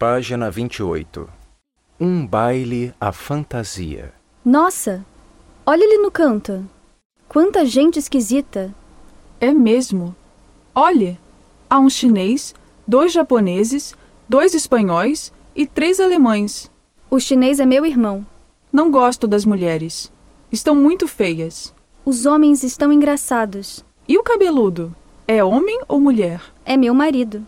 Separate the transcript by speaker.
Speaker 1: Página 28. Um baile à fantasia.
Speaker 2: Nossa! Olha ele no canto. Quanta gente esquisita.
Speaker 3: É mesmo. Olhe, há um chinês, dois japoneses, dois espanhóis e três alemães.
Speaker 2: O chinês é meu irmão.
Speaker 3: Não gosto das mulheres. Estão muito feias.
Speaker 2: Os homens estão engraçados.
Speaker 3: E o cabeludo? É homem ou mulher?
Speaker 2: É meu marido.